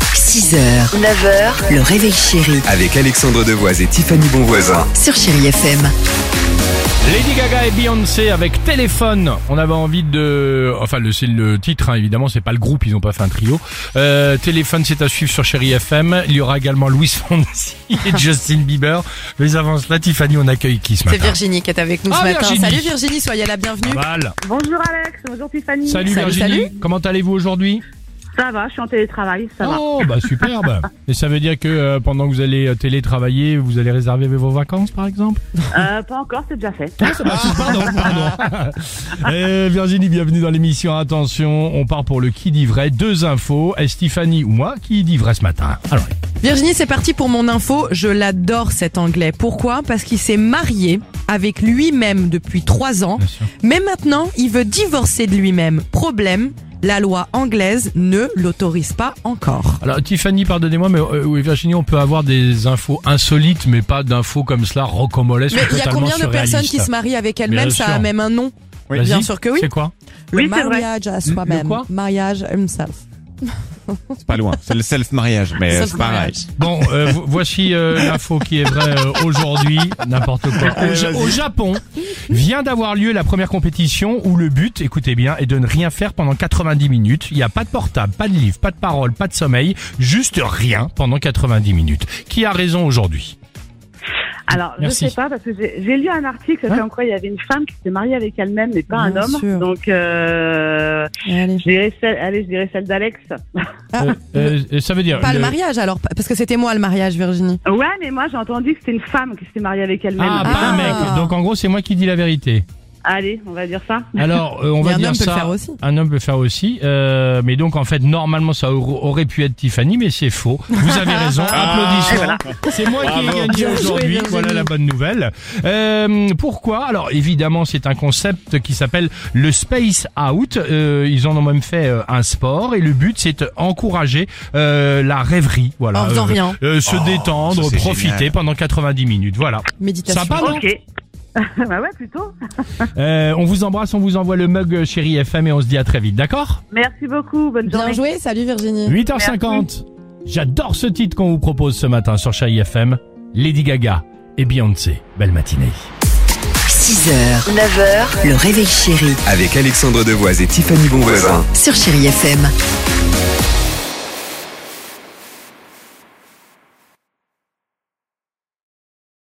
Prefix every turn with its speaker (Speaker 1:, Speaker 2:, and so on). Speaker 1: 6h, 9h, le réveil chéri
Speaker 2: Avec Alexandre Devoise et Tiffany Bonvoisin.
Speaker 1: sur Chéri FM.
Speaker 3: Lady Gaga et Beyoncé avec téléphone. On avait envie de, enfin le c'est le titre hein, évidemment, c'est pas le groupe, ils ont pas fait un trio. Euh, téléphone, c'est à suivre sur Chéri FM. Il y aura également Louis Fonsi et Justin Bieber. Mais avant cela, Tiffany, on accueille qui ce
Speaker 4: C'est
Speaker 3: matin
Speaker 4: Virginie qui est avec nous
Speaker 3: Ah,
Speaker 4: ce matin.
Speaker 3: Virginie.
Speaker 4: Salut Virginie, soyez la bienvenue.
Speaker 3: Val.
Speaker 5: Bonjour Alex, bonjour Tiffany.
Speaker 3: Salut,
Speaker 4: Salut,
Speaker 3: Virginie.
Speaker 4: salut.
Speaker 3: Comment allez-vous aujourd'hui
Speaker 5: Ça va, je suis en télétravail, ça va.
Speaker 3: Oh bah superbe. et ça veut dire que euh, pendant que vous allez euh, télétravailler, vous allez réserver vos vacances par exemple
Speaker 5: Euh, pas encore, c'est déjà fait.
Speaker 3: Ah, ça va, c'est- pardon, pardon. Euh, Virginie, bienvenue dans l'émission. Attention, on part pour le qui dit vrai. Deux infos. Est-ce Stéphanie ou moi qui dit vrai ce matin Alors,
Speaker 4: Virginie, c'est parti pour mon info. Je l'adore cet anglais. Pourquoi Parce qu'il s'est marié avec lui-même depuis trois ans.
Speaker 3: bien sûr.
Speaker 4: Mais maintenant, il veut divorcer de lui-même. Problème, la loi anglaise ne l'autorise pas encore.
Speaker 3: Alors, Tiffany, pardonnez-moi, mais euh, oui, Virginie, on peut avoir des infos insolites, mais pas d'infos comme cela rocambolesques
Speaker 4: Mais
Speaker 3: ou
Speaker 4: il y a
Speaker 3: totalement
Speaker 4: combien de personnes qui
Speaker 3: surréalistes.
Speaker 4: se marient avec
Speaker 3: Bien
Speaker 4: elles-mêmes Ça a
Speaker 3: sûr.
Speaker 4: même un nom.
Speaker 3: Vas-y,
Speaker 4: Bien sûr que oui.
Speaker 3: C'est quoi
Speaker 4: Le
Speaker 5: Oui, c'est vrai.
Speaker 4: mariage à
Speaker 3: Le
Speaker 4: soi-même.
Speaker 3: quoi
Speaker 4: Mariage himself.
Speaker 6: C'est pas loin. C'est le self-mariage, mais euh, c'est pareil.
Speaker 4: Self-mariage.
Speaker 3: Bon, euh, vo- voici euh, l'info qui est vraie euh, aujourd'hui. N'importe quoi. Au, Ja- au Japon, vient d'avoir lieu la première compétition où le but, écoutez bien, est de ne rien faire pendant 90 minutes. Il n'y a pas de portable, pas de livre, pas de parole, pas de sommeil, juste rien pendant 90 minutes. Qui a raison aujourd'hui
Speaker 5: Alors,
Speaker 3: Merci.
Speaker 5: je sais pas, parce que j'ai j'ai lu un article
Speaker 3: Hein
Speaker 5: comme quoi il y avait une femme qui s'est mariée avec elle-même, mais pas
Speaker 4: Bien
Speaker 5: un homme.
Speaker 4: sûr.
Speaker 5: Donc, euh,
Speaker 4: Allez.
Speaker 5: je dirais celle, allez, je dirais celle d'Alex.
Speaker 4: Ah,
Speaker 3: Euh, euh, Ça veut dire
Speaker 4: Pas le
Speaker 3: le-
Speaker 4: mariage alors, parce que c'était moi le mariage, Virginie.
Speaker 5: Ouais, mais moi j'ai entendu que c'était une femme qui s'est mariée avec elle-même.
Speaker 3: Ah, pas un
Speaker 4: Ah.
Speaker 3: mec. Donc en gros, c'est moi qui dis la vérité.
Speaker 5: Allez, on va dire ça.
Speaker 3: Alors, euh, on
Speaker 4: Mais
Speaker 3: va
Speaker 4: un
Speaker 3: dire
Speaker 4: homme peut le
Speaker 3: ça.
Speaker 4: faire aussi.
Speaker 3: Un homme peut le faire aussi. Euh, mais donc, en fait, normalement, ça aur- aurait pu être Tiffany, mais c'est faux. Vous avez raison. Applaudissements. C'est moi qui ai
Speaker 6: Ah, Bravo.
Speaker 3: gagné
Speaker 4: Bien joué,
Speaker 3: aujourd'hui.
Speaker 4: Virginie.
Speaker 3: Voilà la bonne nouvelle. Euh, pourquoi Alors, évidemment, c'est un concept qui s'appelle le Space Out. Euh, ils en ont même fait euh, un sport. Et le but, c'est d'encourager euh, la rêverie. Voilà.
Speaker 4: En faisant
Speaker 3: Euh,
Speaker 4: rien.
Speaker 3: euh, se
Speaker 6: Oh,
Speaker 3: détendre,
Speaker 6: ça, c'est
Speaker 3: profiter
Speaker 6: génial.
Speaker 3: pendant 90 minutes. Voilà.
Speaker 4: Méditation.
Speaker 3: Sympa, non
Speaker 5: Ok. bah ouais, plutôt.
Speaker 3: Euh, on vous embrasse, on vous envoie le mug euh, chéri FM et on se dit à très vite. D'accord
Speaker 5: Merci beaucoup, bonne
Speaker 4: Bien
Speaker 5: journée.
Speaker 4: joué, salut Virginie.
Speaker 3: 8h50. J'adore ce titre qu'on vous propose ce matin sur Chai FM. Lady Gaga et Beyoncé. Belle matinée.
Speaker 1: 6h, 9h, le réveil chéri
Speaker 2: Avec Alexandre Devoise et Tiffany Bonvoisin.
Speaker 1: sur Chéri FM.